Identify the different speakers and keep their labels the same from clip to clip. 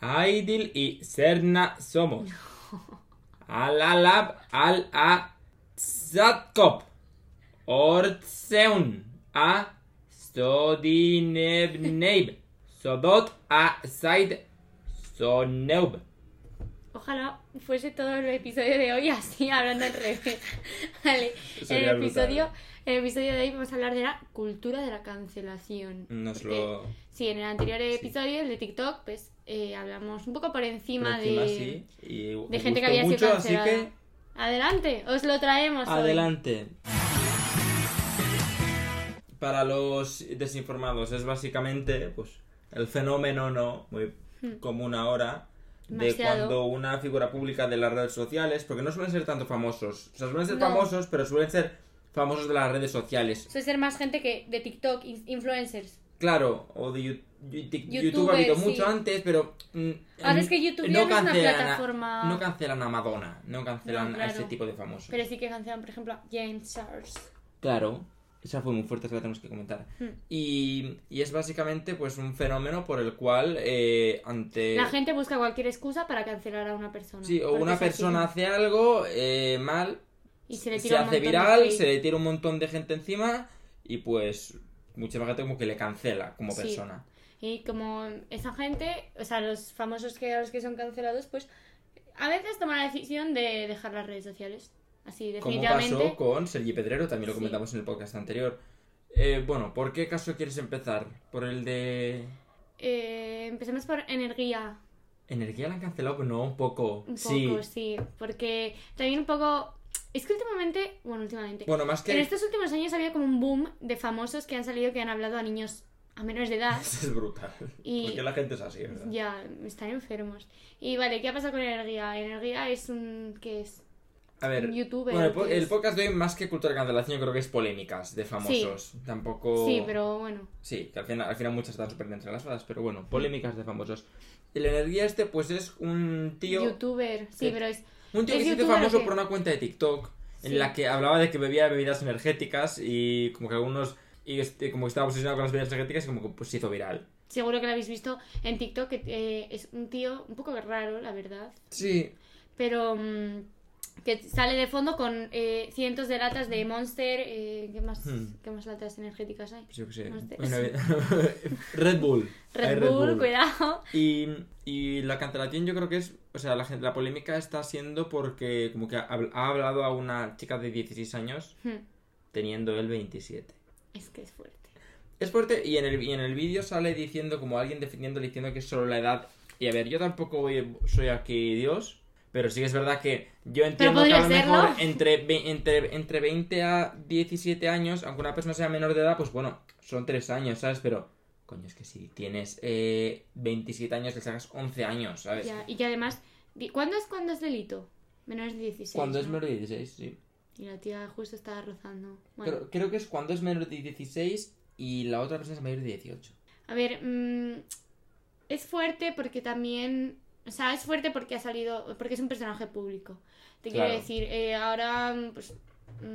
Speaker 1: Aidil y Serna somos. Alalab al a Zatkop. Ortseun a Sodinebneib. Sodot a Said Soneub.
Speaker 2: Ojalá fuese todo el episodio de hoy así, hablando al revés. Vale, en
Speaker 1: Sería
Speaker 2: el,
Speaker 1: brutal.
Speaker 2: episodio, en el episodio de hoy vamos a hablar de la cultura de la cancelación.
Speaker 1: Nos
Speaker 2: Porque-
Speaker 1: lo.
Speaker 2: Sí, en el anterior episodio, el de TikTok, pues eh, hablamos un poco por encima,
Speaker 1: encima
Speaker 2: de,
Speaker 1: sí, y
Speaker 2: de
Speaker 1: os
Speaker 2: gente
Speaker 1: gustó
Speaker 2: que había sido
Speaker 1: mucho, así
Speaker 2: cancelada.
Speaker 1: que
Speaker 2: Adelante, os lo traemos. hoy.
Speaker 1: adelante. Para los desinformados es básicamente pues el fenómeno no muy
Speaker 2: Hmm.
Speaker 1: común ahora de
Speaker 2: Demasiado.
Speaker 1: cuando una figura pública de las redes sociales, porque no suelen ser tanto famosos, o sea, suelen ser
Speaker 2: No.
Speaker 1: famosos, pero suelen ser famosos de las redes sociales.
Speaker 2: Suele ser más gente que de TikTok, in- influencers.
Speaker 1: Claro, o de Yu- Yu- Tik- YouTube, ha
Speaker 2: Youtuber,
Speaker 1: habido
Speaker 2: sí.
Speaker 1: mucho antes, pero mm,
Speaker 2: Ahora
Speaker 1: mm,
Speaker 2: es que YouTube ya no es una
Speaker 1: cancelan a-
Speaker 2: plataforma-
Speaker 1: no cancelan a Madonna, no cancelan
Speaker 2: No,
Speaker 1: a ese
Speaker 2: claro.
Speaker 1: tipo de famosos.
Speaker 2: Pero sí que cancelan, por ejemplo, a James Charles.
Speaker 1: Claro, esa fue muy fuerte, esa la tenemos que comentar.
Speaker 2: Hmm.
Speaker 1: Y, y es básicamente pues un fenómeno por el cual eh, ante...
Speaker 2: La gente busca cualquier excusa para cancelar a una persona.
Speaker 1: Sí, o
Speaker 2: porque
Speaker 1: una
Speaker 2: es así.
Speaker 1: persona hace algo eh, mal,
Speaker 2: Y se le
Speaker 1: se
Speaker 2: tira un
Speaker 1: hace
Speaker 2: montón de
Speaker 1: viral,
Speaker 2: hate.
Speaker 1: se le tira un montón de gente encima y pues mucha gente como que le cancela como
Speaker 2: Sí.
Speaker 1: persona.
Speaker 2: Y como esa gente, o sea, los famosos que a los que son cancelados, pues a veces toman la decisión de dejar las redes sociales. Así,
Speaker 1: Como
Speaker 2: definitivamente.
Speaker 1: pasó con Sergi Pedrero, también lo
Speaker 2: Sí.
Speaker 1: comentamos en el podcast anterior. Eh, bueno, ¿por qué caso quieres empezar? ¿Por el de...
Speaker 2: Eh, empecemos por energía.
Speaker 1: ¿Energía la han cancelado? Pues no, un poco.
Speaker 2: Un
Speaker 1: sí.
Speaker 2: poco, sí. Porque también un poco. Es que últimamente. Bueno, últimamente.
Speaker 1: Bueno, más que...
Speaker 2: En este estos últimos años había como un boom de famosos que han salido que han hablado a niños a menores de edad.
Speaker 1: Eso es brutal.
Speaker 2: Y-
Speaker 1: Porque la gente es así, ¿verdad?
Speaker 2: ya, están enfermos. Y vale, ¿qué ha pasado con energía? Energía es un. ¿Qué es?
Speaker 1: A ver,
Speaker 2: Un youtuber.
Speaker 1: bueno, el, po-
Speaker 2: ¿qué
Speaker 1: el
Speaker 2: es?
Speaker 1: podcast de hoy, más que cultura de cancelación, yo creo que es polémicas de famosos. Tampoco.
Speaker 2: Sí, pero bueno.
Speaker 1: Sí, que al final, al final muchas están súper entrelazadas, pero bueno, polémicas de famosos. El energía este, pues es un tío.
Speaker 2: youtuber. Sí,
Speaker 1: que-
Speaker 2: pero es.
Speaker 1: Un tío
Speaker 2: ¿Es
Speaker 1: que se hizo
Speaker 2: youtuber o
Speaker 1: famoso
Speaker 2: qué?
Speaker 1: por una cuenta de TikTok
Speaker 2: Sí.
Speaker 1: en la que hablaba de que bebía bebidas energéticas y como que algunos. Y este, como que estaba obsesionado con las bebidas energéticas y como que pues, se hizo viral.
Speaker 2: Seguro que lo habéis visto en TikTok, que eh, es un tío un poco raro, la verdad.
Speaker 1: Sí,
Speaker 2: Pero mm, que sale de fondo con eh, cientos de latas de Monster. eh, ¿qué, más,
Speaker 1: Hmm.
Speaker 2: ¿Qué más latas energéticas hay?
Speaker 1: pues yo qué sé.
Speaker 2: No sé.
Speaker 1: Una vez- Red Bull. Hay
Speaker 2: Red, Bull, cuidado.
Speaker 1: Y, y la cancelación yo creo que es, o sea, la, gen- la polémica está siendo porque como que ha, habl- ha hablado a una chica de 16 años
Speaker 2: Hmm,
Speaker 1: teniendo él 27.
Speaker 2: Es que es fuerte.
Speaker 1: Es fuerte y en el, y en el vídeo sale diciendo como alguien defendiendo, diciendo que es solo la edad. Y a ver, yo tampoco voy- soy aquí Dios, pero sí que es verdad que yo entiendo que a lo
Speaker 2: podría serlo.
Speaker 1: mejor entre, ve- entre, entre 20 a 17 años, aunque una persona sea menor de edad, pues bueno, son 3 años, ¿sabes? Pero... Coño, es que si tienes eh, 27 años, le sacas 11 años, ¿sabes?
Speaker 2: Ya, y que además. di- ¿Cuándo es cuando es delito? Menores de 16.
Speaker 1: Cuando es
Speaker 2: ¿no?
Speaker 1: menor de 16, sí.
Speaker 2: Y la tía justo estaba rozando. Bueno,
Speaker 1: Pero creo que es cuando es menor de 16 y la otra persona es mayor de 18.
Speaker 2: a ver. mm, es fuerte porque también. O sea, es fuerte porque ha salido. Porque es un personaje público. Te
Speaker 1: Claro.
Speaker 2: quiero decir, eh, ahora. mm, Pues,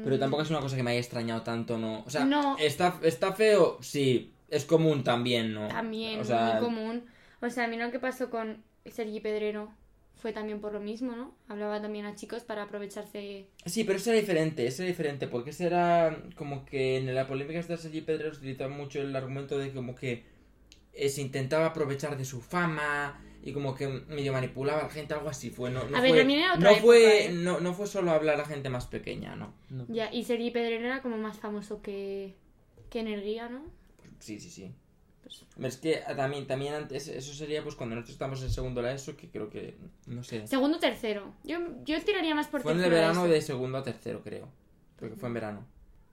Speaker 1: Pero tampoco es una cosa que me haya extrañado tanto, ¿no? O sea,
Speaker 2: No.
Speaker 1: Está, está feo, sí. Es común también, ¿no?
Speaker 2: También,
Speaker 1: O sea,
Speaker 2: muy común. O sea, a mí lo que pasó con Sergi Pedrero fue también por lo mismo, ¿no? Hablaba también a chicos para aprovecharse.
Speaker 1: Sí, pero eso era diferente, eso era diferente, porque ese era como que en la polémica de Sergi Pedrero se utilizaba mucho el argumento de como que eh, se intentaba aprovechar de su fama y como que medio manipulaba a la gente, algo así fue. No, no
Speaker 2: A ver,
Speaker 1: fue,
Speaker 2: también era otra
Speaker 1: no, fue
Speaker 2: época, ¿eh?
Speaker 1: no, no fue solo hablar a la gente más pequeña, ¿no? no.
Speaker 2: Ya, y Sergi Pedrero era como más famoso que, que energía, ¿no?
Speaker 1: Sí, sí, sí.
Speaker 2: Pues-
Speaker 1: Pero es que ah, también, también antes, eso sería pues cuando nosotros estamos en segundo la ESO, que creo que, no sé.
Speaker 2: Segundo, tercero. Yo, yo tiraría más por
Speaker 1: Fue en el
Speaker 2: tercero.
Speaker 1: verano
Speaker 2: eso.
Speaker 1: de segundo a tercero, creo. Porque fue en verano.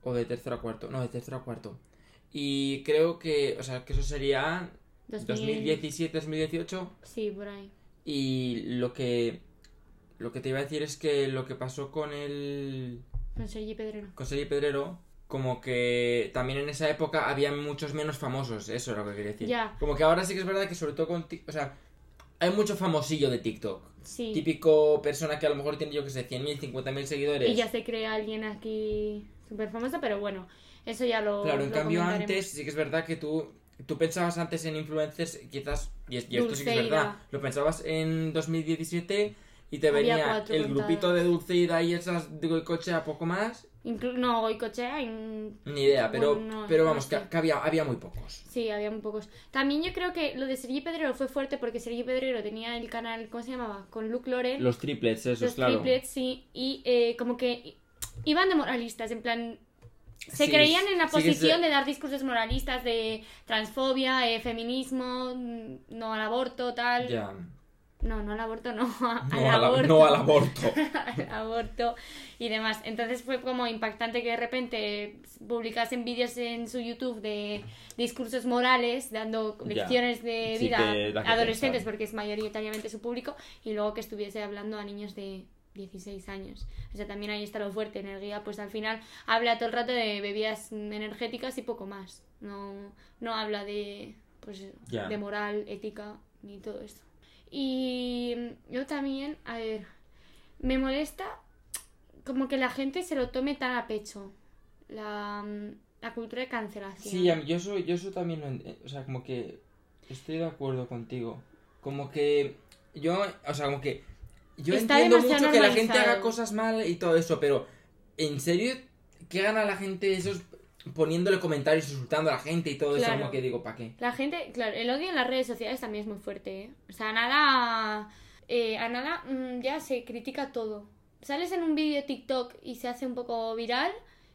Speaker 1: O de tercero a cuarto. No, de tercero a cuarto. Y creo que, o sea, que eso sería
Speaker 2: 2000.
Speaker 1: 2017, 2018.
Speaker 2: Sí, por ahí.
Speaker 1: Y lo que, lo que te iba a decir es que lo que pasó con el,
Speaker 2: Con Sergi Pedrero.
Speaker 1: con Sergi Pedrero, como que también en esa época había muchos menos famosos, eso era lo que quería decir.
Speaker 2: Ya.
Speaker 1: Como que ahora sí que es verdad que sobre todo con Tik- o sea, hay mucho famosillo de TikTok.
Speaker 2: Sí.
Speaker 1: Típico persona que a lo mejor tiene, yo que sé, 100.000, 50.000 seguidores.
Speaker 2: Y ya se crea alguien aquí súper famoso, pero bueno, eso ya lo.
Speaker 1: Claro, en
Speaker 2: lo
Speaker 1: cambio
Speaker 2: comentaremos.
Speaker 1: antes sí que es verdad que tú Tú pensabas antes en influencers, quizás, y, es- y esto sí que es
Speaker 2: Dulceida.
Speaker 1: verdad, lo pensabas en 2017 y te
Speaker 2: Había
Speaker 1: venía
Speaker 2: cuatro
Speaker 1: el grupito
Speaker 2: contadas.
Speaker 1: de Dulceida y esas de coche a poco más,
Speaker 2: Inclu- no, Goicochea. in-
Speaker 1: ni idea, pero,
Speaker 2: Bueno, no,
Speaker 1: pero
Speaker 2: no
Speaker 1: vamos,
Speaker 2: sé.
Speaker 1: que, que había, había muy pocos.
Speaker 2: Sí, había muy pocos. También yo creo que lo de Sergi Pedrero fue fuerte porque Sergi Pedrero tenía el canal, ¿cómo se llamaba? Con Luke Loren.
Speaker 1: Los triplets, esos,
Speaker 2: los
Speaker 1: claro.
Speaker 2: triplets, sí. Y eh, como que i- iban de moralistas, en plan. Se
Speaker 1: Sí,
Speaker 2: creían en la
Speaker 1: sí que es
Speaker 2: posición
Speaker 1: de-
Speaker 2: de dar discursos moralistas de transfobia, eh, feminismo, mm, no al aborto, tal.
Speaker 1: Ya.
Speaker 2: No, no al aborto, no. a-
Speaker 1: No,
Speaker 2: al
Speaker 1: al,
Speaker 2: aborto.
Speaker 1: no al aborto.
Speaker 2: al aborto y demás. Entonces fue como impactante que de repente publicasen vídeos en su YouTube de discursos morales, dando
Speaker 1: Ya.
Speaker 2: lecciones de
Speaker 1: Sí
Speaker 2: vida
Speaker 1: que da que
Speaker 2: a adolescentes,
Speaker 1: pensar.
Speaker 2: porque es mayoritariamente su público, y luego que estuviese hablando a niños de 16 años. O sea, también ahí está lo fuerte. En el guía, pues al final habla todo el rato de bebidas mm, energéticas y poco más. No, no habla de, pues,
Speaker 1: Ya.
Speaker 2: de moral, ética, ni todo esto. Y mm, yo también, a ver, me molesta como que la gente se lo tome tan a pecho. La, mm, la cultura de cancelación.
Speaker 1: Sí, a mí- yo eso, yo eso también lo ent- O sea, como que estoy de acuerdo contigo. Como que yo, o sea, como que yo
Speaker 2: Está
Speaker 1: entiendo
Speaker 2: demasiado
Speaker 1: mucho que la gente
Speaker 2: normalizado.
Speaker 1: haga cosas mal y todo eso, pero ¿en serio qué gana la gente esos poniéndole comentarios, insultando a la gente y todo eso?
Speaker 2: Claro.
Speaker 1: Como que digo, ¿para qué?
Speaker 2: La gente, claro, el odio en las redes sociales también es muy fuerte, ¿eh? O sea, a nada. eh, a nada mm, ya se critica todo. Sales en un vídeo de TikTok y se hace un poco viral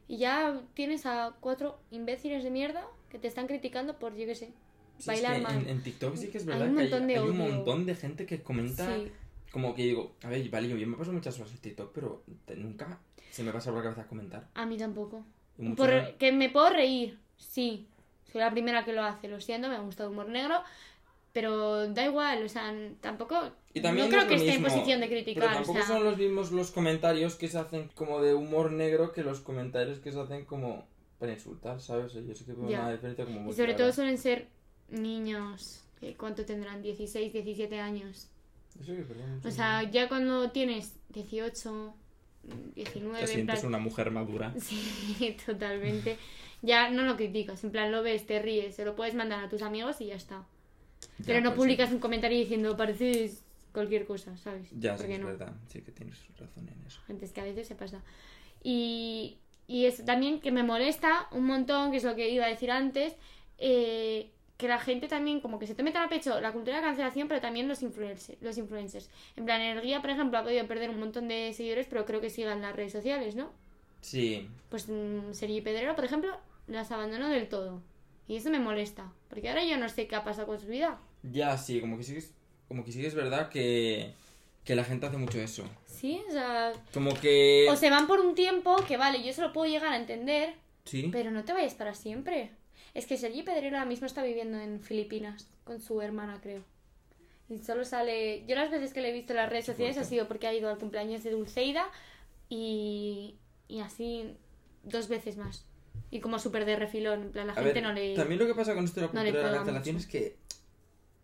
Speaker 2: y ya tienes a cuatro imbéciles de mierda que te están criticando por, yo qué sé,
Speaker 1: Sí, es
Speaker 2: bailar
Speaker 1: que
Speaker 2: mal.
Speaker 1: en, en TikTok sí que es
Speaker 2: Hay
Speaker 1: verdad
Speaker 2: un
Speaker 1: que
Speaker 2: montón de
Speaker 1: hay un
Speaker 2: odio.
Speaker 1: montón de gente que comenta
Speaker 2: Sí.
Speaker 1: como que digo, a ver, vale, yo, yo me paso muchas horas en TikTok, pero te- nunca se me pasa por la cabeza comentar.
Speaker 2: A mí tampoco.
Speaker 1: Y mucho
Speaker 2: Por-
Speaker 1: menos-
Speaker 2: que me puedo reír, sí. Soy la primera que lo hace, lo siento, me gusta el humor negro, pero da igual, o sea, n- tampoco...
Speaker 1: Y también
Speaker 2: no creo
Speaker 1: es
Speaker 2: que
Speaker 1: lo
Speaker 2: esté en
Speaker 1: mismo,
Speaker 2: posición de
Speaker 1: Pero
Speaker 2: criticar, o
Speaker 1: tampoco
Speaker 2: sea,
Speaker 1: son los mismos los comentarios que se hacen como de humor negro que los comentarios que se hacen como para insultar, ¿sabes? Yo sé que veo
Speaker 2: Ya.
Speaker 1: una diferencia como muy
Speaker 2: Y sobre
Speaker 1: clara.
Speaker 2: todo suelen ser niños, que ¿cuánto tendrán? 16, 17 años.
Speaker 1: Eso que perdón,
Speaker 2: O
Speaker 1: sí.
Speaker 2: sea, ya cuando tienes 18, 19...
Speaker 1: te
Speaker 2: en plan-
Speaker 1: sientes una mujer madura.
Speaker 2: Sí, totalmente. Ya no lo criticas, en plan lo ves, te ríes, se lo puedes mandar a tus amigos y ya está.
Speaker 1: Ya,
Speaker 2: Pero no
Speaker 1: pues,
Speaker 2: publicas un comentario diciendo pareces cualquier cosa, ¿sabes?
Speaker 1: sí. Ya, sí,
Speaker 2: Porque
Speaker 1: es
Speaker 2: no.
Speaker 1: verdad. Sí que tienes razón en eso.
Speaker 2: Gente, es que a veces se pasa. Y, y eso también que me molesta un montón, que es lo que iba a decir antes, eh, que la gente también como que se tome tan a pecho la cultura de cancelación, pero también los, influencer, los influencers. En plan, el guía, por ejemplo, ha podido perder un montón de seguidores, pero creo que sigan las redes sociales, ¿no?
Speaker 1: Sí,
Speaker 2: Pues mm, Sergi Pedrero, por ejemplo, las abandonó del todo. Y eso me molesta, porque ahora yo no sé qué ha pasado con su vida.
Speaker 1: ya, sí, como que sí que es, como que sí que es verdad que, que la gente hace mucho eso.
Speaker 2: Sí, o sea...
Speaker 1: Como que...
Speaker 2: O se van por un tiempo que vale, yo se lo puedo llegar a entender,
Speaker 1: sí.
Speaker 2: Pero no te vayas para siempre. Es que Sergi Pedrero ahora mismo está viviendo en Filipinas con su hermana, creo. Y solo sale. Yo las veces que le he visto en las redes
Speaker 1: Qué
Speaker 2: sociales ha
Speaker 1: fuerte.
Speaker 2: sido porque ha ido al cumpleaños de Dulceida y, y así dos veces más. Y como súper de refilón, en plan, la
Speaker 1: A
Speaker 2: gente
Speaker 1: ver,
Speaker 2: no le.
Speaker 1: También lo que pasa con esto de la
Speaker 2: no le
Speaker 1: cultura de la
Speaker 2: cuelga
Speaker 1: cancelación
Speaker 2: mucho.
Speaker 1: es que.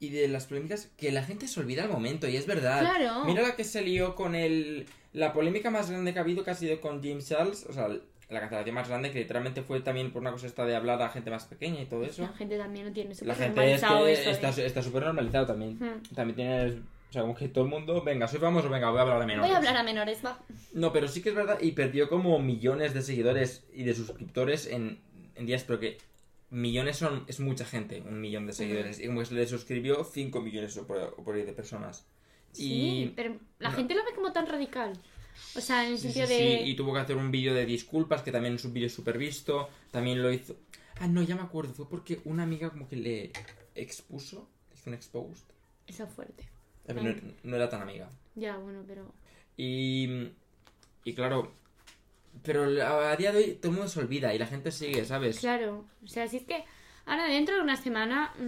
Speaker 1: Y de las polémicas, que la gente se olvida al momento, y es verdad.
Speaker 2: Claro.
Speaker 1: Mira la que se lió con el. La polémica más grande que ha habido, que ha sido con James Charles, o sea, la cancelación más grande, que literalmente fue también por una cosa esta de hablar a gente más pequeña y todo eso.
Speaker 2: La gente también no tiene súper
Speaker 1: La gente es
Speaker 2: normalizado
Speaker 1: que
Speaker 2: eso,
Speaker 1: está
Speaker 2: ¿eh?
Speaker 1: súper normalizado también.
Speaker 2: Hmm.
Speaker 1: También tienes. O sea, como que todo el mundo, venga, soy famoso, venga, voy a hablar a menos.
Speaker 2: Voy a hablar a menores, va.
Speaker 1: No, pero sí que es verdad, y perdió como millones de seguidores y de suscriptores en, en días, pero que millones son, es mucha gente, un millón de seguidores, y como que se le suscribió 5 millones o por, o por ahí de personas.
Speaker 2: Sí,
Speaker 1: y,
Speaker 2: pero la
Speaker 1: no.
Speaker 2: gente lo ve como tan radical. O sea, en el
Speaker 1: sí,
Speaker 2: sentido
Speaker 1: sí,
Speaker 2: de.
Speaker 1: sí, y tuvo que hacer un vídeo de disculpas, que también es un vídeo súper visto, también lo hizo... Ah, no, ya me acuerdo, fue porque una amiga como que le expuso, le hizo un exposed,
Speaker 2: Eso es fuerte.
Speaker 1: A ver,
Speaker 2: Ah.
Speaker 1: no, no era tan amiga.
Speaker 2: Ya, bueno, pero.
Speaker 1: Y, y claro, pero a día de hoy todo el mundo se olvida y la gente sigue, ¿sabes?
Speaker 2: Claro, o sea, si es que ahora dentro de una semana mm,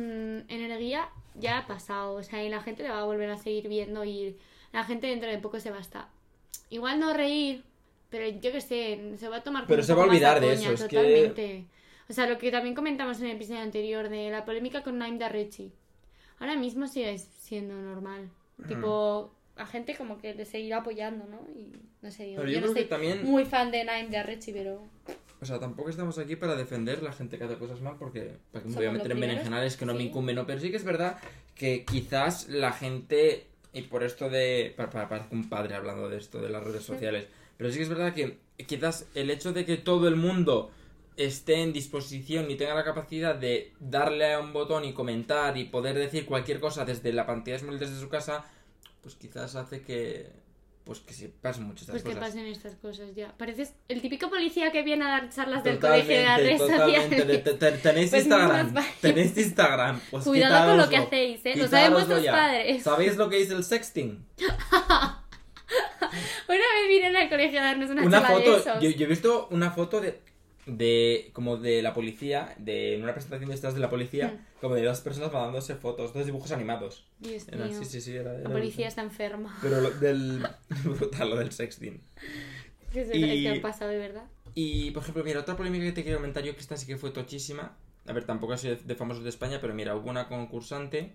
Speaker 2: en el guía ya ha pasado, o sea, y la gente le va a volver a seguir viendo y la gente dentro de poco se va a estar. Igual no reír, pero yo qué sé, se va a tomar como
Speaker 1: Pero
Speaker 2: un
Speaker 1: se va a
Speaker 2: poco más la
Speaker 1: olvidar de
Speaker 2: coña,
Speaker 1: eso, es que-
Speaker 2: totalmente. O sea, lo que también comentamos en el episodio anterior de la polémica con Naim Darrechi. Ahora mismo sigue siendo normal. Tipo, a gente como que le seguirá apoyando, ¿no? Y no sé, digo,
Speaker 1: Pero
Speaker 2: yo
Speaker 1: yo
Speaker 2: no
Speaker 1: creo que
Speaker 2: soy
Speaker 1: también-
Speaker 2: muy fan de Naim Darrechi, pero
Speaker 1: O sea, tampoco estamos aquí para defender la gente que hace cosas mal, porque para que me
Speaker 2: Somos
Speaker 1: voy a
Speaker 2: los
Speaker 1: meter en
Speaker 2: primeros,
Speaker 1: berenjenales que no me
Speaker 2: sí.
Speaker 1: incumbe, no. Pero sí que es verdad que quizás la gente, y por esto de. pa- pa- Parece un padre hablando de esto, de las redes sociales. Pero sí que es verdad que quizás el hecho de que todo el mundo esté en disposición y tenga la capacidad de darle a un botón y comentar y poder decir cualquier cosa desde la pantalla small desde su casa, pues quizás hace que. Pues que se pasen muchas de
Speaker 2: Pues
Speaker 1: estas
Speaker 2: que
Speaker 1: cosas.
Speaker 2: pasen estas cosas ya. Pareces el típico policía que viene a dar charlas del colegio de las
Speaker 1: Totalmente,
Speaker 2: redes
Speaker 1: totalmente.
Speaker 2: sociales.
Speaker 1: Te- te- tenéis
Speaker 2: Pues
Speaker 1: Instagram.
Speaker 2: menos mal.
Speaker 1: Tenéis Instagram. Pues
Speaker 2: Cuidado con lo que
Speaker 1: quitároslo.
Speaker 2: hacéis, ¿eh? Lo saben
Speaker 1: Quitároslo
Speaker 2: vuestros
Speaker 1: ya.
Speaker 2: padres.
Speaker 1: ¿Sabéis lo que es el sexting?
Speaker 2: Una vez vinieron al colegio a darnos una,
Speaker 1: Una
Speaker 2: charla de eso.
Speaker 1: foto. Yo, yo he visto una foto de. De, como de la policía, de en una presentación de estas de la policía,
Speaker 2: Mm.
Speaker 1: como de dos personas mandándose fotos, dos dibujos animados.
Speaker 2: Dios
Speaker 1: Era-
Speaker 2: mío.
Speaker 1: sí, sí, sí, era,
Speaker 2: La
Speaker 1: era-
Speaker 2: policía está enferma.
Speaker 1: Pero lo del. brutal, lo del sexting.
Speaker 2: Que se
Speaker 1: Y-
Speaker 2: que ha pasado de verdad.
Speaker 1: Y, por ejemplo, mira, otra polémica que te quiero comentar yo, que esta sí que fue tochísima. A ver, tampoco soy de famosos de España, pero mira, hubo una concursante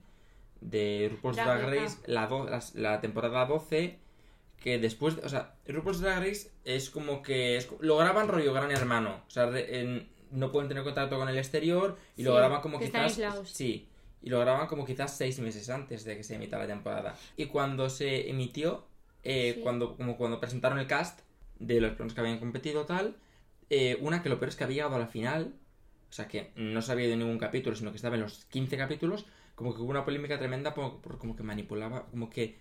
Speaker 1: de RuPaul's
Speaker 2: Drag
Speaker 1: Drag Race,
Speaker 2: Race,
Speaker 1: la, do- las- la temporada 12, que después, o sea, RuPaul's Drag Race es como que es co- lo graban rollo gran hermano, o sea, re- en- no pueden tener contacto con el exterior y lo
Speaker 2: Sí,
Speaker 1: graban como
Speaker 2: que están
Speaker 1: quizás...
Speaker 2: aislados.
Speaker 1: Sí, y lo graban como quizás seis meses antes de que se emita la temporada. Y cuando se emitió, eh,
Speaker 2: Sí.
Speaker 1: cuando, como cuando presentaron el cast de los personas que habían competido tal, eh, una que lo peor es que había llegado a la final, o sea que no se había ido en ningún capítulo, sino que estaba en los 15 capítulos, como que hubo una polémica tremenda por, por como que manipulaba, como que...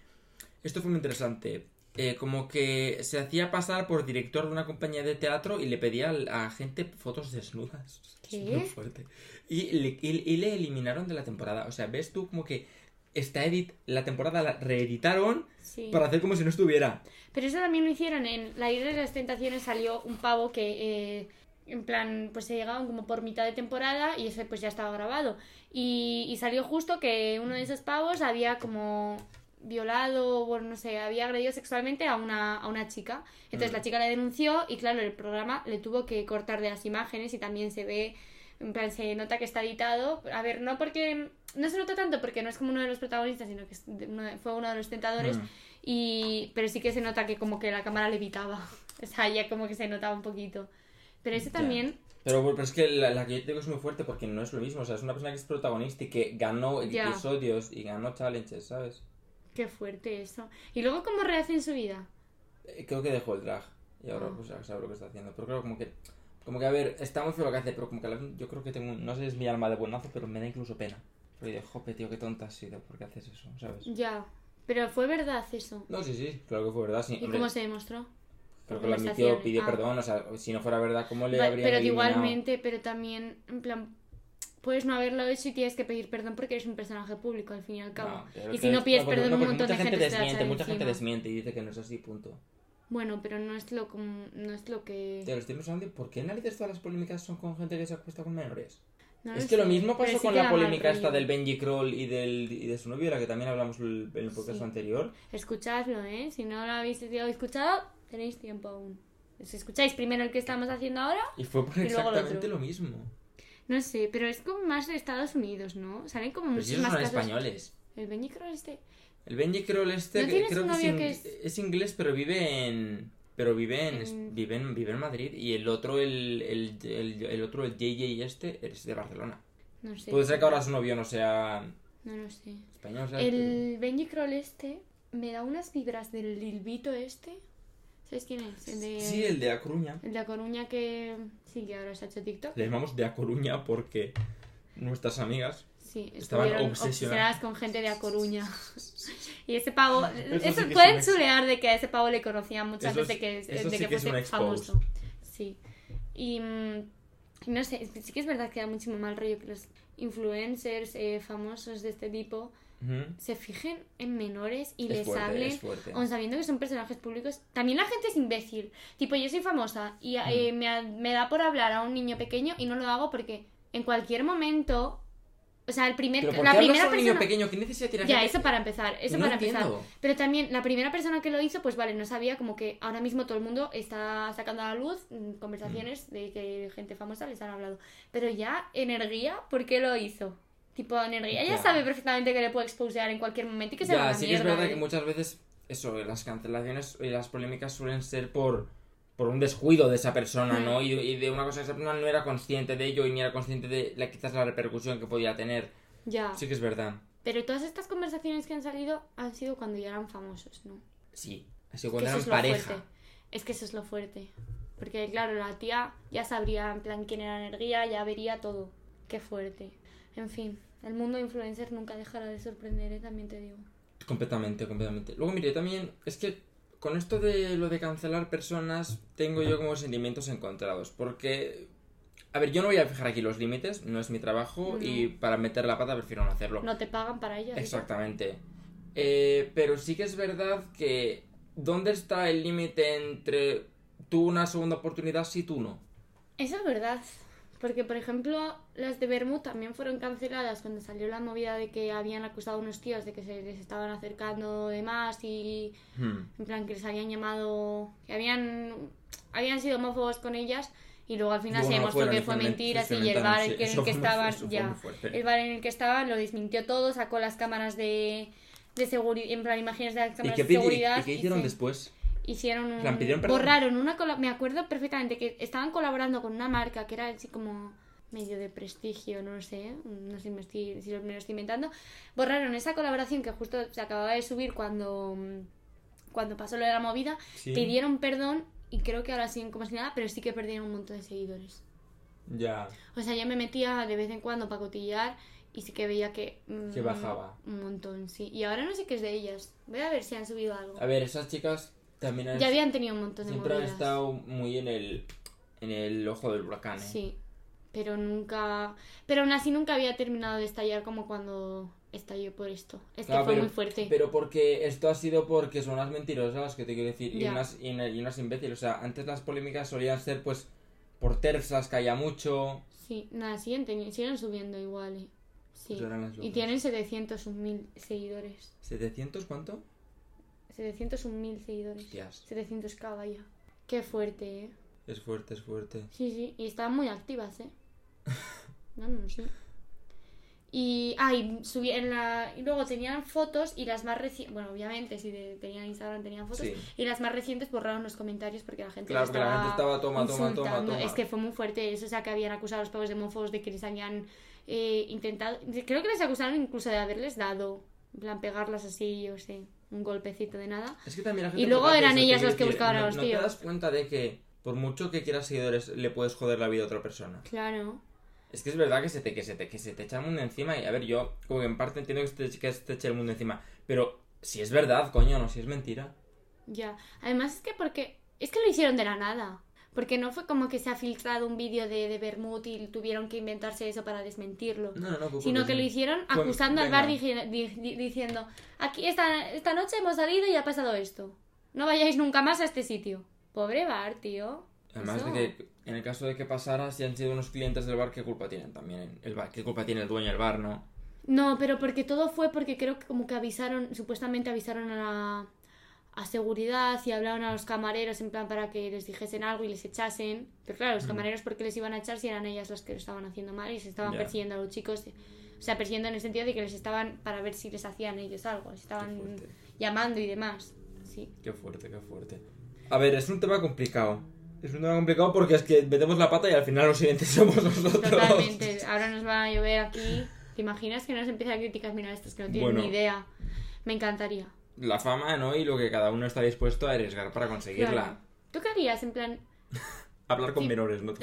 Speaker 1: Esto fue muy interesante. eh, como que se hacía pasar por director de una compañía de teatro y le pedía al- a gente fotos desnudas.
Speaker 2: ¿Qué?
Speaker 1: Es muy fuerte. Y le, y- y le eliminaron de la temporada. O sea, ves tú como que esta edit, la temporada la reeditaron
Speaker 2: Sí.
Speaker 1: para hacer como si no estuviera.
Speaker 2: Pero eso también lo hicieron en La Isla de las Tentaciones salió un pavo que eh, en plan pues se llegaban como por mitad de temporada y ese pues ya estaba grabado y, y salió justo que uno de esos pavos había como violado bueno no sé había agredido sexualmente a una, a una chica entonces
Speaker 1: Mm.
Speaker 2: la chica le denunció y claro el programa le tuvo que cortar de las imágenes y también se ve en plan se nota que está editado a ver no porque no se nota tanto porque no es como uno de los protagonistas sino que es de- uno de- fue uno de los tentadores
Speaker 1: Mm.
Speaker 2: y, pero sí que se nota que como que la cámara levitaba. O sea, ya como que se notaba un poquito. Pero ese
Speaker 1: Ya.
Speaker 2: también,
Speaker 1: Pero, bueno, pero es que la, la que yo te digo es muy fuerte porque no es lo mismo. O sea, es una persona que es protagonista y que ganó
Speaker 2: Ya.
Speaker 1: episodios y ganó challenges, ¿sabes?
Speaker 2: qué fuerte eso. Y luego cómo rehacen su vida.
Speaker 1: Eh, Creo que dejó el drag. Y ahora
Speaker 2: Ah.
Speaker 1: pues ya sabe lo que está haciendo. Pero creo como que. Como que a ver, está muy feo lo que hace, pero como que a la vez yo creo que tengo. un- No sé si es mi alma de buenazo, pero me da incluso pena. Porque digo, jope, tío, qué tonta has sido, ¿por qué haces eso? ¿Sabes?
Speaker 2: Ya. Pero fue verdad eso.
Speaker 1: No, sí, sí, claro que fue verdad. Sí,
Speaker 2: ¿Y
Speaker 1: hombre,
Speaker 2: cómo se demostró?
Speaker 1: creo que lo admitió,
Speaker 2: conversaciones?
Speaker 1: pidió
Speaker 2: Ah.
Speaker 1: perdón. O sea, si no fuera verdad, ¿cómo le
Speaker 2: Va-
Speaker 1: habría
Speaker 2: pero que
Speaker 1: eliminado?
Speaker 2: igualmente, pero también, en plan, puedes no haberlo hecho y tienes que pedir perdón porque eres un personaje público, al fin y al cabo.
Speaker 1: No, pero
Speaker 2: y
Speaker 1: que
Speaker 2: si no
Speaker 1: es-
Speaker 2: pides
Speaker 1: porque-
Speaker 2: perdón,
Speaker 1: no,
Speaker 2: un
Speaker 1: porque
Speaker 2: montón de
Speaker 1: mucha
Speaker 2: gente, te va a
Speaker 1: desmiente,
Speaker 2: echar
Speaker 1: mucha gente
Speaker 2: encima.
Speaker 1: desmiente y dice que no es así, punto.
Speaker 2: Bueno, pero no es lo, com- no es lo que...
Speaker 1: Te lo estoy pensando, ¿por qué narices todas las polémicas son con gente que se acuesta con menores?
Speaker 2: no
Speaker 1: es que lo
Speaker 2: sé,
Speaker 1: mismo
Speaker 2: pero
Speaker 1: pasó
Speaker 2: sí
Speaker 1: con
Speaker 2: que
Speaker 1: la
Speaker 2: da mal
Speaker 1: polémica esta
Speaker 2: rollo.
Speaker 1: del Benji Kroll y, del, y de su novio, la que también hablamos el- en el podcast
Speaker 2: Sí.
Speaker 1: anterior.
Speaker 2: Escuchadlo, ¿eh? Si no lo habéis sido escuchado, tenéis tiempo aún. Si escucháis primero el que estamos haciendo ahora,
Speaker 1: Y fue por
Speaker 2: Y luego el
Speaker 1: exactamente
Speaker 2: otro. Mm,
Speaker 1: lo mismo.
Speaker 2: no sé, pero es como más de Estados Unidos, ¿no? Salen como
Speaker 1: Pero si
Speaker 2: muchos
Speaker 1: esos
Speaker 2: más
Speaker 1: son
Speaker 2: casos.
Speaker 1: españoles.
Speaker 2: El Benji Kroll este.
Speaker 1: El Benji Kroll este
Speaker 2: ¿No
Speaker 1: que
Speaker 2: tienes
Speaker 1: creo
Speaker 2: un
Speaker 1: que es,
Speaker 2: novio
Speaker 1: ing-
Speaker 2: que es-
Speaker 1: es inglés, pero vive en... Pero vive en,
Speaker 2: En-
Speaker 1: Vive, en, vive en Madrid. Y el otro, el, el, el- el otro, el JJ este, es de Barcelona.
Speaker 2: No sé.
Speaker 1: Puede ser que ahora su novio no sea
Speaker 2: No lo sé.
Speaker 1: español, ¿sabes?
Speaker 2: El Benji Kroll este me da unas vibras del Lilbito este. ¿Sabes quién es? El de,
Speaker 1: Sí, el de A Coruña.
Speaker 2: el de A Coruña que. Sí, que ahora se ha hecho TikTok.
Speaker 1: Le llamamos de A Coruña porque nuestras amigas...
Speaker 2: Sí,
Speaker 1: Estaban
Speaker 2: estuvieron
Speaker 1: obsesionadas.
Speaker 2: obsesionadas con gente de A Coruña. Y ese pavo,
Speaker 1: Eso
Speaker 2: eso
Speaker 1: sí que es un
Speaker 2: pueden
Speaker 1: ex-
Speaker 2: chulear de que a ese pavo le conocían
Speaker 1: Eso
Speaker 2: mucho antes
Speaker 1: sí-
Speaker 2: de que,
Speaker 1: eso
Speaker 2: de
Speaker 1: sí
Speaker 2: que
Speaker 1: que es un
Speaker 2: fuese
Speaker 1: expose.
Speaker 2: famoso. Sí. Y mm, no sé, sí que es verdad que da muchísimo mal rollo que los influencers eh, famosos de este tipo
Speaker 1: Ujú.
Speaker 2: se fijen en menores y
Speaker 1: Es
Speaker 2: les
Speaker 1: fuerte,
Speaker 2: hablen
Speaker 1: es fuerte.
Speaker 2: aun sabiendo que son personajes públicos, también la gente es imbécil. Tipo, yo soy famosa y eh,
Speaker 1: Mm.
Speaker 2: me, ha- me da por hablar a un niño pequeño y no lo hago porque en cualquier momento, o sea, el primer,
Speaker 1: Pero ¿por
Speaker 2: la
Speaker 1: qué hablas
Speaker 2: primera
Speaker 1: a un niño
Speaker 2: persona...
Speaker 1: pequeño? ¿Qué necesidad tiene
Speaker 2: Ya,
Speaker 1: gente?
Speaker 2: eso para empezar, eso
Speaker 1: No
Speaker 2: para empezar.
Speaker 1: entiendo.
Speaker 2: Pero también la primera persona que lo hizo, pues vale, no sabía como que ahora mismo todo el mundo está sacando a la luz mm, conversaciones de que gente famosa les han hablado. Pero ya, energía, ¿por qué lo hizo? Tipo, energía ya,
Speaker 1: Ya.
Speaker 2: sabe perfectamente que le puede exposear en cualquier momento y que se va a
Speaker 1: Ya,
Speaker 2: la
Speaker 1: sí que es
Speaker 2: mierda.
Speaker 1: verdad
Speaker 2: ¿eh?
Speaker 1: que muchas veces eso, las cancelaciones y las polémicas suelen ser por por un descuido de esa persona, ¿no? Y, y de una cosa que esa persona no era consciente de ello y ni era consciente de la, quizás la repercusión que podía tener.
Speaker 2: Ya.
Speaker 1: Sí que es verdad.
Speaker 2: Pero todas estas conversaciones que han salido han sido cuando ya eran famosos, ¿no?
Speaker 1: Sí. Así cuando
Speaker 2: que eso
Speaker 1: eran
Speaker 2: es lo
Speaker 1: pareja.
Speaker 2: fuerte. Es que eso es lo fuerte. Porque, claro, la tía ya sabría en plan quién era energía, ya vería todo. Qué fuerte. En fin, el mundo influencer nunca dejará de sorprender, ¿eh? también te digo.
Speaker 1: Completamente, completamente. Luego, mire, también es que con esto de lo de cancelar personas, tengo yo como sentimientos encontrados. Porque, a ver, yo no voy a fijar aquí los límites, no es mi trabajo y para meter la pata prefiero no hacerlo.
Speaker 2: No te pagan para ello. así que-
Speaker 1: Exactamente. Eh, pero sí que es verdad que ¿dónde está el límite entre tú una segunda oportunidad si tú no?
Speaker 2: Eso es verdad. Porque, por ejemplo, las de Bermud también fueron canceladas cuando salió la movida de que habían acusado a unos tíos de que se les estaban acercando de más y
Speaker 1: Hmm.
Speaker 2: en plan que les habían llamado, que habían, habían sido homófobos con ellas y luego al final
Speaker 1: Luego
Speaker 2: se
Speaker 1: no
Speaker 2: demostró
Speaker 1: fueron
Speaker 2: que
Speaker 1: y
Speaker 2: fue
Speaker 1: fue men-
Speaker 2: mentira
Speaker 1: se
Speaker 2: y el
Speaker 1: inventaron,
Speaker 2: bar
Speaker 1: sí,
Speaker 2: en el
Speaker 1: eso
Speaker 2: que
Speaker 1: fue muy-
Speaker 2: estaban
Speaker 1: eso fue
Speaker 2: ya
Speaker 1: muy fuerte.
Speaker 2: el bar en el que estaban lo desmintió todo, sacó las cámaras de, de seguridad, en plan imágenes de las
Speaker 1: ¿Y
Speaker 2: cámaras
Speaker 1: qué,
Speaker 2: de
Speaker 1: pidi-
Speaker 2: seguridad
Speaker 1: y qué hicieron
Speaker 2: se-
Speaker 1: después?
Speaker 2: hicieron un-
Speaker 1: plan, pidieron perdón.
Speaker 2: borraron una cola- me acuerdo perfectamente que estaban colaborando con una marca que era así como medio de prestigio no lo sé no sé si me, estoy- si me lo estoy inventando borraron esa colaboración que justo se acababa de subir cuando cuando pasó lo de la movida
Speaker 1: Sí.
Speaker 2: pidieron perdón y creo que ahora siguen como si nada pero sí que perdieron un montón de seguidores
Speaker 1: Ya.
Speaker 2: o sea yo me metía de vez en cuando para cotillar y sí que veía que mm,
Speaker 1: Que bajaba.
Speaker 2: un montón sí y ahora no sé qué es de ellas voy a ver si han subido algo
Speaker 1: A ver, esas chicas también han,
Speaker 2: ya habían tenido un montón de
Speaker 1: siempre han
Speaker 2: movidas.
Speaker 1: estado muy en el, en el ojo del huracán. ¿eh?
Speaker 2: Sí, pero nunca. Pero aún así nunca había terminado de estallar como cuando estalló por esto. Es que
Speaker 1: Claro,
Speaker 2: fue
Speaker 1: Ah, pero,
Speaker 2: muy fuerte.
Speaker 1: Pero porque esto ha sido porque son unas mentirosas, que te quiero decir, y
Speaker 2: Ya.
Speaker 1: unas, y, una- y unas imbéciles. O sea, antes las polémicas solían ser, pues, por terfsas, que haya mucho.
Speaker 2: Sí, nada, siguen, teni- siguen subiendo igual. eh. Sí.
Speaker 1: Lloran Pues las
Speaker 2: Y
Speaker 1: locas.
Speaker 2: tienen 701.000 seguidores.
Speaker 1: ¿700 cuánto?
Speaker 2: 701.000 seguidores.
Speaker 1: Hostias.
Speaker 2: 700k, vaya. Qué fuerte, eh.
Speaker 1: Es fuerte, es fuerte.
Speaker 2: Sí, sí, y estaban muy activas, ¿eh? No, no, sí. Y, ah, y, subí- en la, y luego tenían fotos y las más recientes, bueno, obviamente, si de- tenían Instagram tenían fotos,
Speaker 1: Sí.
Speaker 2: y las más recientes borraron los comentarios porque la gente
Speaker 1: Claro,
Speaker 2: les
Speaker 1: porque la gente estaba toma, toma, toma,
Speaker 2: insultando.
Speaker 1: toma.
Speaker 2: Es que fue muy fuerte eso, o sea, que habían acusado a los pobres demófobos de que les habían eh, intentado, creo que les acusaron incluso de haberles dado, en plan, pegarlas así, yo sé, un golpecito de nada.
Speaker 1: Es que también la gente
Speaker 2: Y luego
Speaker 1: busca eso,
Speaker 2: eran
Speaker 1: te
Speaker 2: ellas
Speaker 1: quiero
Speaker 2: las que
Speaker 1: decir,
Speaker 2: buscaban a
Speaker 1: no-
Speaker 2: los
Speaker 1: no
Speaker 2: tíos.
Speaker 1: te das cuenta de que, por mucho que quieras seguidores, le puedes joder la vida a otra persona.
Speaker 2: Claro.
Speaker 1: Es que es verdad que se te, que se te, que se te echa el mundo encima. Y a ver, yo, como que en parte entiendo que se te, que se te eche el mundo encima. Pero si es verdad, coño, no, si es mentira.
Speaker 2: Ya. Además es que porque es que lo hicieron de la nada. Porque no fue como que se ha filtrado un vídeo de, de Bermud y tuvieron que inventarse eso para desmentirlo.
Speaker 1: No, no, no. fue
Speaker 2: Sino
Speaker 1: porque
Speaker 2: que lo
Speaker 1: sí.
Speaker 2: hicieron
Speaker 1: Fue-
Speaker 2: acusando al bar
Speaker 1: pues, venga.
Speaker 2: digi- di- di- diciendo, aquí esta, esta noche hemos salido y ha pasado esto. No vayáis nunca más a este sitio. Pobre bar, tío.
Speaker 1: Además de
Speaker 2: Eso.
Speaker 1: que, en el caso de que pasara, si han sido unos clientes del bar, ¿qué culpa tienen también? El bar, ¿Qué culpa tiene el dueño del bar, no?
Speaker 2: No, pero porque todo fue porque creo que como que avisaron, supuestamente avisaron a, a seguridad y hablaron a los camareros en plan para que les dijesen algo y les echasen. Pero claro, los camareros porque les iban a echar si eran ellas las que lo estaban haciendo mal y se estaban
Speaker 1: Ya.
Speaker 2: persiguiendo a los chicos. O sea, persiguiendo en el sentido de que les estaban para ver si les hacían ellos algo, les
Speaker 1: Qué
Speaker 2: estaban
Speaker 1: fuerte.
Speaker 2: llamando y demás. Sí.
Speaker 1: Qué fuerte, qué fuerte. A ver, es un tema complicado. Es un tema complicado porque es que metemos la pata y al final los siguientes somos nosotros.
Speaker 2: Totalmente. Ahora nos van a llover aquí. ¿Te imaginas que nos empiezan críticas? Mira, estas que no tienen
Speaker 1: Bueno.
Speaker 2: ni idea. Me encantaría.
Speaker 1: La fama, ¿no? Y lo que cada uno está dispuesto a arriesgar para conseguirla.
Speaker 2: Claro. ¿Tú qué harías? En plan,
Speaker 1: Hablar con
Speaker 2: Sí.
Speaker 1: menores, ¿no?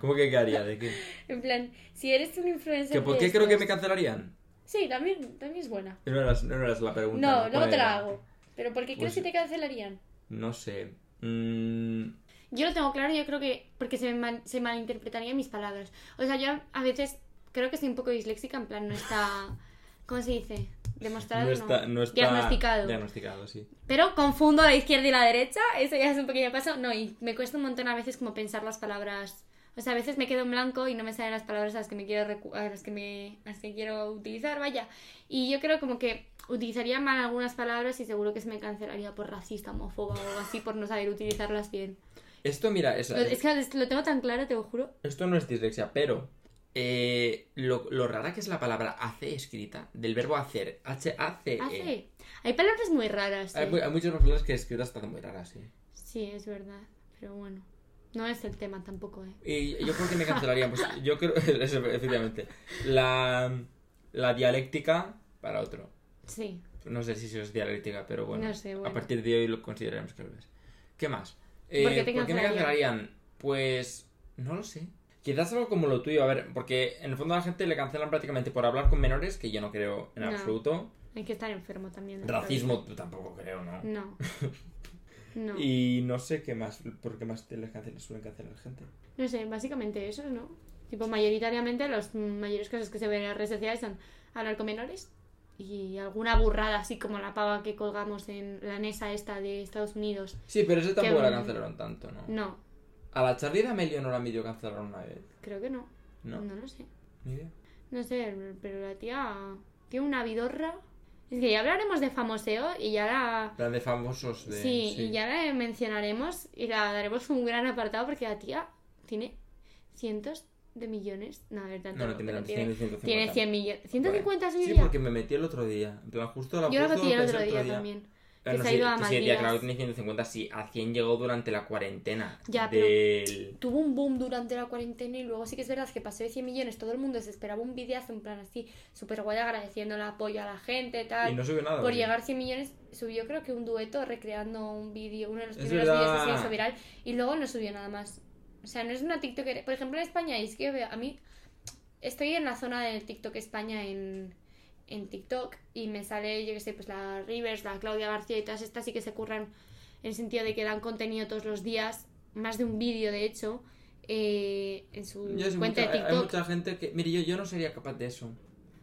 Speaker 1: ¿Cómo que qué haría? ¿De qué?
Speaker 2: En plan, si eres un influencer.
Speaker 1: ¿Que ¿Por
Speaker 2: de
Speaker 1: qué creo que me
Speaker 2: estos-
Speaker 1: cancelarían?
Speaker 2: Sí, también, también es buena.
Speaker 1: No era, no era la pregunta.
Speaker 2: No, luego
Speaker 1: ¿Cuál
Speaker 2: te la
Speaker 1: era?
Speaker 2: hago. Pero ¿por qué
Speaker 1: Pues-
Speaker 2: crees que te cancelarían?
Speaker 1: No sé. Mm,
Speaker 2: Yo lo tengo claro, yo creo que. Porque se, me mal- se malinterpretarían mis palabras. O sea, yo a veces creo que estoy un poco disléxica, en plan, no está. ¿Cómo se dice? Demostrado.
Speaker 1: no, está, no está
Speaker 2: Diagnosticado.
Speaker 1: Diagnosticado, sí.
Speaker 2: Pero confundo la izquierda y la derecha, eso ya es un pequeño paso. No, y me cuesta un montón a veces como pensar las palabras. O sea, a veces me quedo en blanco y no me salen las palabras a las que me quiero recu- a las que me a las que quiero utilizar, vaya. Y yo creo como que utilizaría mal algunas palabras y seguro que se me cancelaría por racista, homófoba o algo así por no saber utilizarlas bien.
Speaker 1: Esto, mira, es,
Speaker 2: Lo- Pues es que es- lo tengo tan claro, te lo juro.
Speaker 1: esto no es dislexia, pero eh, lo, lo rara que es la palabra hace escrita, del verbo hacer, H-A-C-E.
Speaker 2: Hace. Hay palabras muy raras.
Speaker 1: Eh, E. Hay,
Speaker 2: ¿eh?
Speaker 1: mu- hay muchas palabras que escritas están muy raras, sí.
Speaker 2: Sí, es verdad. pero bueno. No es el tema tampoco, ¿eh?
Speaker 1: Y yo creo que me cancelarían. Pues yo creo, eso, efectivamente. La, la dialéctica para otro.
Speaker 2: Sí.
Speaker 1: No sé si eso es dialéctica, pero bueno.
Speaker 2: No sé, bueno.
Speaker 1: A partir de hoy lo consideraremos que lo es. ¿Qué más? Eh,
Speaker 2: ¿Por qué te
Speaker 1: me
Speaker 2: cancelarían?
Speaker 1: cancelarían? Pues no lo sé. Quizás algo como lo tuyo, a ver, porque en el fondo a la gente le cancelan prácticamente por hablar con menores, que yo no creo en
Speaker 2: No.
Speaker 1: absoluto.
Speaker 2: Hay que estar enfermo también. ¿no?
Speaker 1: Racismo tampoco creo, ¿no?
Speaker 2: No. No.
Speaker 1: Y no sé qué más, por qué más te les cancelan, suelen cancelar gente.
Speaker 2: No sé, básicamente eso, ¿no? Tipo, mayoritariamente las mayores cosas que se ven en las redes sociales son hablar con menores y alguna burrada, así como la pava que colgamos en la NESA esta de Estados Unidos.
Speaker 1: Sí, pero eso tampoco la
Speaker 2: Qué bueno.
Speaker 1: cancelaron tanto, ¿no?
Speaker 2: No,
Speaker 1: A la Charlie D'Amelio no la medio cancelaron una vez,
Speaker 2: creo que no.
Speaker 1: ¿no?
Speaker 2: No lo sé.
Speaker 1: Ni idea.
Speaker 2: No sé, pero la tía tiene una vidorra. Es que ya hablaremos de famoseo y ya la...
Speaker 1: La de famosos de...
Speaker 2: sí, y ya la mencionaremos y la daremos un gran apartado porque la tía tiene cientos de millones. No, a ver, tanto
Speaker 1: No, no tiene
Speaker 2: pero
Speaker 1: tantos,
Speaker 2: tiene,
Speaker 1: tiene 150.
Speaker 2: tiene 100 millones. 150
Speaker 1: Vale.
Speaker 2: sí,
Speaker 1: Sí,
Speaker 2: ya.
Speaker 1: porque me metí el otro día. En plan, justo la
Speaker 2: Yo la
Speaker 1: justo
Speaker 2: batí el
Speaker 1: pensé
Speaker 2: otro día, también.
Speaker 1: Ah,
Speaker 2: que
Speaker 1: no
Speaker 2: se ha
Speaker 1: sé,
Speaker 2: ido a
Speaker 1: sí, día,
Speaker 2: Maldivas.
Speaker 1: claro, tiene 150, sí. A 100 llegó durante la cuarentena.
Speaker 2: Ya, pero-
Speaker 1: del...
Speaker 2: Tuvo un boom durante la cuarentena y luego sí que es verdad que pasó de 100 millones. Todo el mundo se esperaba un videazo en plan así, súper guay, agradeciendo el apoyo a la gente, tal.
Speaker 1: Y no subió nada.
Speaker 2: Por
Speaker 1: ¿no?
Speaker 2: llegar a 100 millones, subió creo que un dueto recreando un vídeo, uno de los
Speaker 1: Es
Speaker 2: primeros
Speaker 1: verdad.
Speaker 2: vídeos que se hizo viral, y luego no subió nada más. O sea, no es una TikToker. Por ejemplo, en España, y es que yo veo, a mí estoy en la zona del TikTok España en, en TikTok, y me sale, yo que sé, pues la Rivers, la Claudia García y todas estas sí que se curran en el sentido de que dan contenido todos los días, más de un vídeo de hecho, eh, en su
Speaker 1: Yo sé,
Speaker 2: cuenta
Speaker 1: mucha-
Speaker 2: de
Speaker 1: Hay
Speaker 2: TikTok,
Speaker 1: mucha gente que... Mire, yo, yo no sería capaz de eso.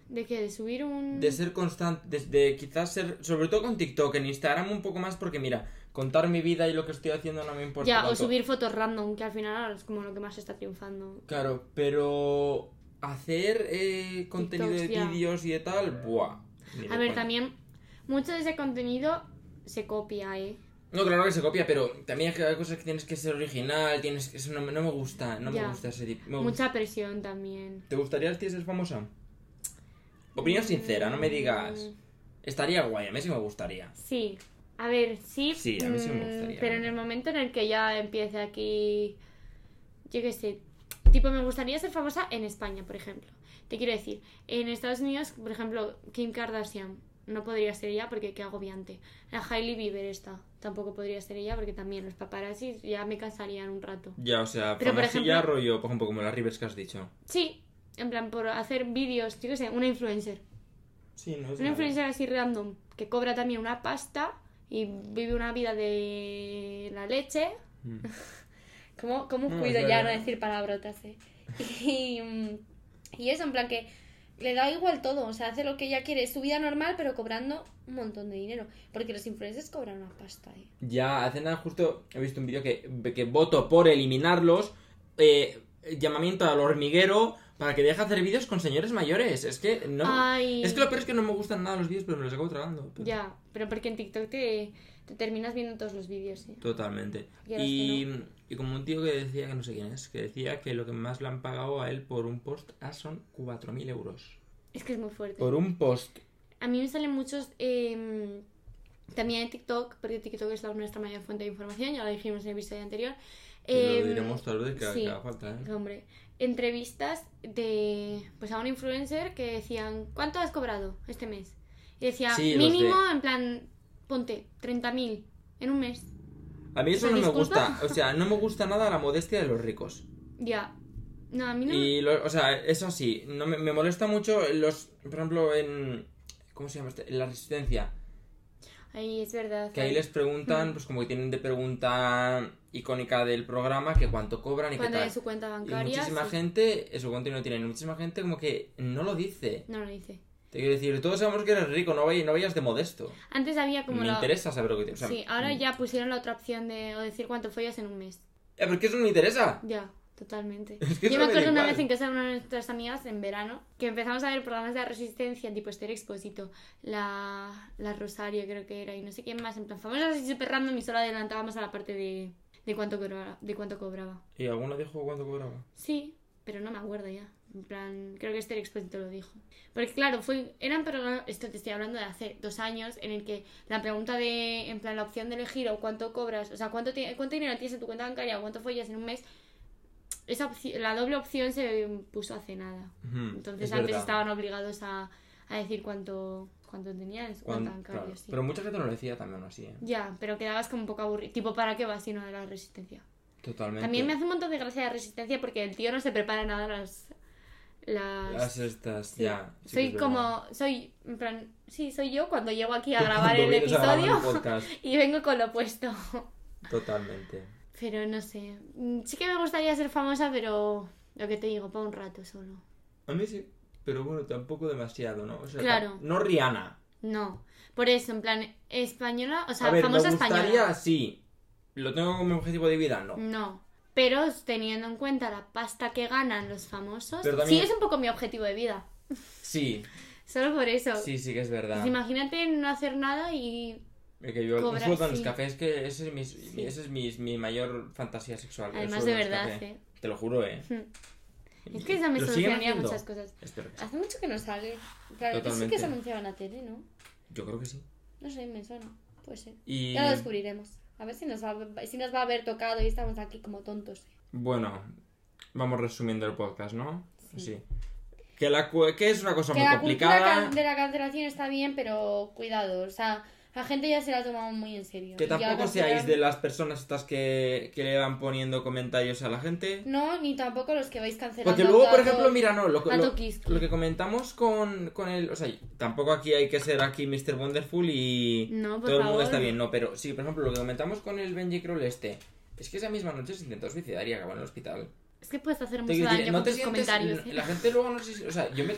Speaker 2: de que de subir un...
Speaker 1: De ser constante, de, de quizás ser... Sobre todo con TikTok, en Instagram un poco más porque, mira, contar mi vida y lo que estoy haciendo no me importa
Speaker 2: ya, o
Speaker 1: tanto.
Speaker 2: subir fotos random, que al final ahora es como lo que más está triunfando.
Speaker 1: Claro, pero hacer eh, contenido de
Speaker 2: TikToks, ya.
Speaker 1: vídeos y de tal, buah. ni de
Speaker 2: A ver,
Speaker 1: coña.
Speaker 2: también mucho de ese contenido se copia, ¿eh?
Speaker 1: No, claro que se copia, pero también hay cosas que tienes que ser original, tienes que... Eso no, me- no me gusta, no me
Speaker 2: Ya.
Speaker 1: gusta ese tipo. me gusta.
Speaker 2: Mucha presión también.
Speaker 1: ¿Te gustaría a ti ser famosa?
Speaker 2: Mm.
Speaker 1: Opinión sincera, no me digas... Estaría guay, a mí sí me gustaría.
Speaker 2: Sí. A ver, sí.
Speaker 1: Sí, a mí sí me
Speaker 2: mm,
Speaker 1: gustaría.
Speaker 2: Pero en el momento en el que ya empiece aquí, yo qué sé, tipo, me gustaría ser famosa en España, por ejemplo. Te quiero decir, en Estados Unidos, por ejemplo, Kim Kardashian. No podría ser ella porque qué agobiante. La Hailey Bieber esta. Tampoco podría ser ella porque también los paparazzis ya me cansarían un rato.
Speaker 1: Ya, o sea,
Speaker 2: Pero, por
Speaker 1: famosilla
Speaker 2: ejemplo-
Speaker 1: rollo, por ejemplo, como las Rivers que has dicho.
Speaker 2: Sí, en plan, por hacer vídeos, yo qué sé, una influencer.
Speaker 1: Sí, no
Speaker 2: Una influencer así random que cobra también una pasta y vive una vida de la leche.
Speaker 1: Mm.
Speaker 2: ¿Cómo, cómo
Speaker 1: No,
Speaker 2: cuido
Speaker 1: es
Speaker 2: ya no
Speaker 1: verdad.
Speaker 2: decir palabrotas? eh? Y, mm, y eso, en plan que le da igual todo, o sea, hace lo que ella quiere, es su vida normal, pero cobrando un montón de dinero. Porque los influencers cobran una pasta, ¿eh?
Speaker 1: Ya, hace nada justo he visto un vídeo que, que voto por eliminarlos. eh, llamamiento al hormiguero para que deje hacer vídeos con señores mayores. Es que no.
Speaker 2: Ay.
Speaker 1: Es que lo peor es que no me gustan nada los vídeos, pero me los acabo tragando. Pero-
Speaker 2: Ya, pero porque en TikTok te, te terminas viendo todos los vídeos, ¿eh?
Speaker 1: Totalmente.
Speaker 2: Quieras
Speaker 1: Y,
Speaker 2: que
Speaker 1: y como un tío que decía, que no sé quién es, que decía que lo que más le han pagado a él por un post ah, son 4.000 euros.
Speaker 2: Es que es muy fuerte.
Speaker 1: Por un post.
Speaker 2: A mí me salen muchos eh, también en TikTok, porque TikTok es la, nuestra mayor fuente de información, ya lo dijimos en el episodio anterior.
Speaker 1: que
Speaker 2: Em,
Speaker 1: lo diremos tal vez que haga-
Speaker 2: sí.
Speaker 1: que haga falta, ¿eh?
Speaker 2: Hombre, entrevistas de pues a un influencer que decían, ¿cuánto has cobrado este mes? Y decía,
Speaker 1: Sí, los
Speaker 2: mínimo, en plan, ponte, 30.000 en un mes.
Speaker 1: A mí eso
Speaker 2: ¿Se
Speaker 1: no me
Speaker 2: disculpa?
Speaker 1: gusta. O sea, no me gusta nada la modestia de los ricos.
Speaker 2: Ya. No, a mí no.
Speaker 1: Y, lo- o sea, eso sí, no me, me molesta mucho los, por ejemplo, en, ¿cómo se llama? este? En la resistencia,
Speaker 2: Ahí es verdad.
Speaker 1: que ahí les preguntan, pues como que tienen de pregunta icónica del programa, que cuánto cobran y qué
Speaker 2: Cuando
Speaker 1: tal.
Speaker 2: de su cuenta
Speaker 1: Y
Speaker 2: bancaria.
Speaker 1: muchísima
Speaker 2: sí.
Speaker 1: gente, eso contenido tienen, y muchísima gente como que no lo dice.
Speaker 2: No lo dice.
Speaker 1: Te quiero decir, todos sabemos que eres rico, no vayas, no vayas de modesto.
Speaker 2: Antes había como
Speaker 1: Me
Speaker 2: la.
Speaker 1: interesa saber lo que tienes. o sea,
Speaker 2: Sí, ahora
Speaker 1: mm.
Speaker 2: ya pusieron la otra opción de o decir cuánto follas en un mes.
Speaker 1: Eh, pero es que eso no me interesa.
Speaker 2: Ya, totalmente.
Speaker 1: Es que eso
Speaker 2: Yo me
Speaker 1: me da
Speaker 2: acuerdo una
Speaker 1: igual.
Speaker 2: vez en casa de una de nuestras amigas en verano que empezamos a ver programas de resistencia tipo Esther Exposito, la, la Rosario creo que era y no sé quién más. En plan, famosas así súper random y solo adelantábamos a la parte de, de, cuánto cobraba, de cuánto cobraba.
Speaker 1: ¿Y alguno dijo cuánto cobraba?
Speaker 2: Sí, pero no me acuerdo ya. En plan, creo que Esther Expósito lo dijo. Porque claro, fue, eran programas, esto te estoy hablando de hace dos años, en el que la pregunta de, en plan, la opción de elegir o cuánto cobras, o sea, cuánto, ti- cuánto dinero tienes en tu cuenta bancaria o cuánto follas en un mes, esa opci- la doble opción se puso hace nada.
Speaker 1: Ujú,
Speaker 2: Entonces
Speaker 1: Mm, es
Speaker 2: antes
Speaker 1: verdad.
Speaker 2: estaban obligados a, a decir cuánto, cuánto tenían en su
Speaker 1: Cuan-
Speaker 2: cuenta bancaria.
Speaker 1: claro.
Speaker 2: sí.
Speaker 1: Pero mucha gente no lo decía también así, ¿eh?
Speaker 2: Ya, pero quedabas como un poco aburrido. Tipo, ¿para qué vas si no la resistencia?
Speaker 1: Totalmente.
Speaker 2: También me hace un montón de gracia la resistencia porque el tío no se prepara nada las... Las...
Speaker 1: Las estas,
Speaker 2: Sí.
Speaker 1: ya. sí que
Speaker 2: soy
Speaker 1: es verdad.
Speaker 2: como... Soy... En plan... Sí, soy yo cuando llego aquí a
Speaker 1: Tú
Speaker 2: grabar
Speaker 1: cuando
Speaker 2: el
Speaker 1: vienes a grabar el
Speaker 2: episodio
Speaker 1: podcast,
Speaker 2: y vengo con lo opuesto.
Speaker 1: Totalmente.
Speaker 2: Pero no sé. Mm, Sí que me gustaría ser famosa, pero... Lo que te digo, para un rato solo.
Speaker 1: A mí sí, pero bueno, tampoco demasiado, ¿no? O sea,
Speaker 2: Claro.
Speaker 1: tam- No Rihanna.
Speaker 2: No. Por eso, en plan... Española... O sea,
Speaker 1: a ver, me
Speaker 2: famosa
Speaker 1: gustaría,
Speaker 2: española.
Speaker 1: sí. ¿Lo tengo como objetivo de vida? No.
Speaker 2: No. Pero teniendo en cuenta la pasta que ganan los famosos...
Speaker 1: Pero también-
Speaker 2: Sí, es un poco mi objetivo de vida.
Speaker 1: Sí,
Speaker 2: Solo por eso.
Speaker 1: sí, sí que es verdad.
Speaker 2: Pues imagínate no hacer nada y
Speaker 1: El que yo un
Speaker 2: Cobrar,
Speaker 1: sueldo en los
Speaker 2: sí.
Speaker 1: cafés, que ese es mi,
Speaker 2: Sí.
Speaker 1: ese es mi, mi mayor fantasía sexual. el
Speaker 2: además
Speaker 1: sueldo
Speaker 2: de
Speaker 1: en los
Speaker 2: verdad,
Speaker 1: cafés.
Speaker 2: ¿eh?
Speaker 1: Te lo juro, ¿eh?
Speaker 2: Es que esa me
Speaker 1: ¿Lo siguen
Speaker 2: solucionaría
Speaker 1: haciendo?
Speaker 2: muchas cosas.
Speaker 1: Espero que sí.
Speaker 2: Hace mucho que no sale. Claro, que sí
Speaker 1: Totalmente.
Speaker 2: que se anunciaba en la tele, ¿no?
Speaker 1: Yo creo que sí.
Speaker 2: No sé, me suena. Puede ser.
Speaker 1: Y
Speaker 2: Ya lo descubriremos. A ver si nos va, si nos va a haber tocado y estamos aquí como tontos.
Speaker 1: bueno, vamos resumiendo el podcast, ¿no?
Speaker 2: Sí.
Speaker 1: Que, la, cu- que es una cosa
Speaker 2: Que
Speaker 1: muy
Speaker 2: la cultura
Speaker 1: complicada.
Speaker 2: can- de la cancelación está bien, pero cuidado. O sea, la gente ya se la ha tomado muy en serio.
Speaker 1: Que
Speaker 2: Y ahora
Speaker 1: tampoco seáis
Speaker 2: serán-
Speaker 1: de las personas estas que, que le van poniendo comentarios a la gente.
Speaker 2: No, ni tampoco los que vais cancelando.
Speaker 1: Porque luego,
Speaker 2: a
Speaker 1: por
Speaker 2: todo-
Speaker 1: ejemplo, mira, no, lo,
Speaker 2: a
Speaker 1: lo-
Speaker 2: Tokiski.
Speaker 1: lo que comentamos con, con el... O sea, tampoco aquí hay que ser aquí Mr. Wonderful y
Speaker 2: No, por
Speaker 1: todo el mundo
Speaker 2: favor.
Speaker 1: está bien, no, pero sí, por ejemplo, lo que comentamos con el Benji Kroll este, es que esa misma noche se intentó suicidar y acabó en el hospital.
Speaker 2: Es que puedes hacer
Speaker 1: Te
Speaker 2: mucho
Speaker 1: quiero
Speaker 2: daño
Speaker 1: decir,
Speaker 2: con
Speaker 1: no te
Speaker 2: tus
Speaker 1: sientes...
Speaker 2: comentarios. ¿eh?
Speaker 1: La gente luego no se... O sea, yo me,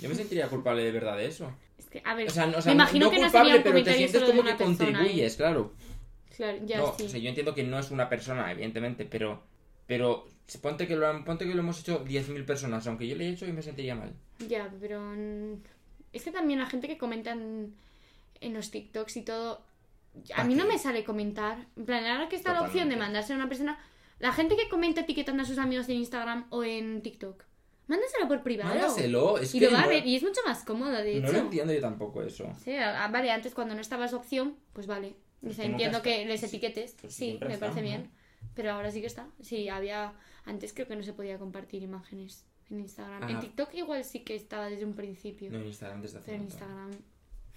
Speaker 1: yo me sentiría culpable de verdad de eso.
Speaker 2: Es que, a ver,
Speaker 1: O sea, no- o sea,
Speaker 2: me imagino
Speaker 1: no
Speaker 2: que no
Speaker 1: culpable,
Speaker 2: sería un
Speaker 1: pero te
Speaker 2: comentario
Speaker 1: sientes
Speaker 2: solo de
Speaker 1: como
Speaker 2: una
Speaker 1: que
Speaker 2: persona. ¿eh?
Speaker 1: contribuyes, claro.
Speaker 2: Claro, ya
Speaker 1: no,
Speaker 2: sí.
Speaker 1: o sea, yo entiendo que no es una persona, evidentemente, pero pero se- ponte que lo han- ponte que lo hemos hecho 10.000 personas, aunque yo lo he hecho y me sentiría mal.
Speaker 2: Ya, pero mm, es que también la gente que comenta en, en los TikToks y todo, a
Speaker 1: ¿Pa'
Speaker 2: mí no
Speaker 1: qué?
Speaker 2: me sale comentar. En plan, ahora que está la opción de
Speaker 1: Totalmente.
Speaker 2: mandárselo a una persona, la gente que comenta etiquetando a sus amigos en Instagram o en TikTok, mándaselo por privado.
Speaker 1: Mándaselo, es
Speaker 2: y
Speaker 1: que
Speaker 2: lo va
Speaker 1: no,
Speaker 2: a ver, y es mucho más cómodo, de
Speaker 1: no
Speaker 2: hecho.
Speaker 1: lo entiendo yo tampoco eso.
Speaker 2: Sí, a- a- vale, antes cuando no estaba esa opción, pues vale. Dice,
Speaker 1: que nunca
Speaker 2: entiendo
Speaker 1: está-
Speaker 2: que les
Speaker 1: sí,
Speaker 2: etiquetes.
Speaker 1: pues
Speaker 2: sí,
Speaker 1: siempre
Speaker 2: me
Speaker 1: está,
Speaker 2: parece
Speaker 1: ¿no?
Speaker 2: bien. Pero ahora sí que está. Sí, había. Antes creo que no se podía compartir imágenes en Instagram. En
Speaker 1: Ah.
Speaker 2: TikTok igual sí que estaba desde un principio.
Speaker 1: No en Instagram desde hace
Speaker 2: pero en
Speaker 1: un montón.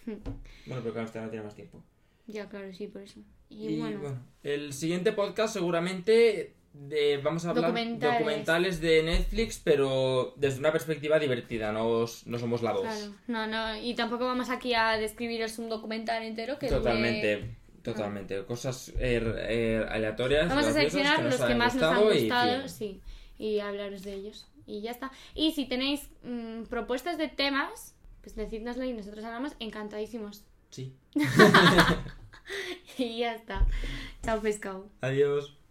Speaker 2: Instagram.
Speaker 1: Bueno, pero claro, Instagram tiene más tiempo.
Speaker 2: Ya, claro, sí, por eso. Y,
Speaker 1: Y,
Speaker 2: bueno,
Speaker 1: bueno. el siguiente podcast seguramente de- vamos a hablar
Speaker 2: Documentales.
Speaker 1: documentales de Netflix, pero desde una perspectiva divertida, no, os- no somos la voz.
Speaker 2: Claro. No, no. Y tampoco vamos aquí a describiros un documental entero que. dure-
Speaker 1: Totalmente, totalmente. Cosas eh, eh, aleatorias.
Speaker 2: Vamos a
Speaker 1: graciosas
Speaker 2: seleccionar los que
Speaker 1: hayan
Speaker 2: más nos han
Speaker 1: y
Speaker 2: gustado,
Speaker 1: fin.
Speaker 2: sí, y hablaros de ellos. Y ya está. Y si tenéis mm, propuestas de temas, pues decídnoslo y nosotros hablamos encantadísimos.
Speaker 1: Sí.
Speaker 2: Y ya está. Chao, pescado.
Speaker 1: Adiós.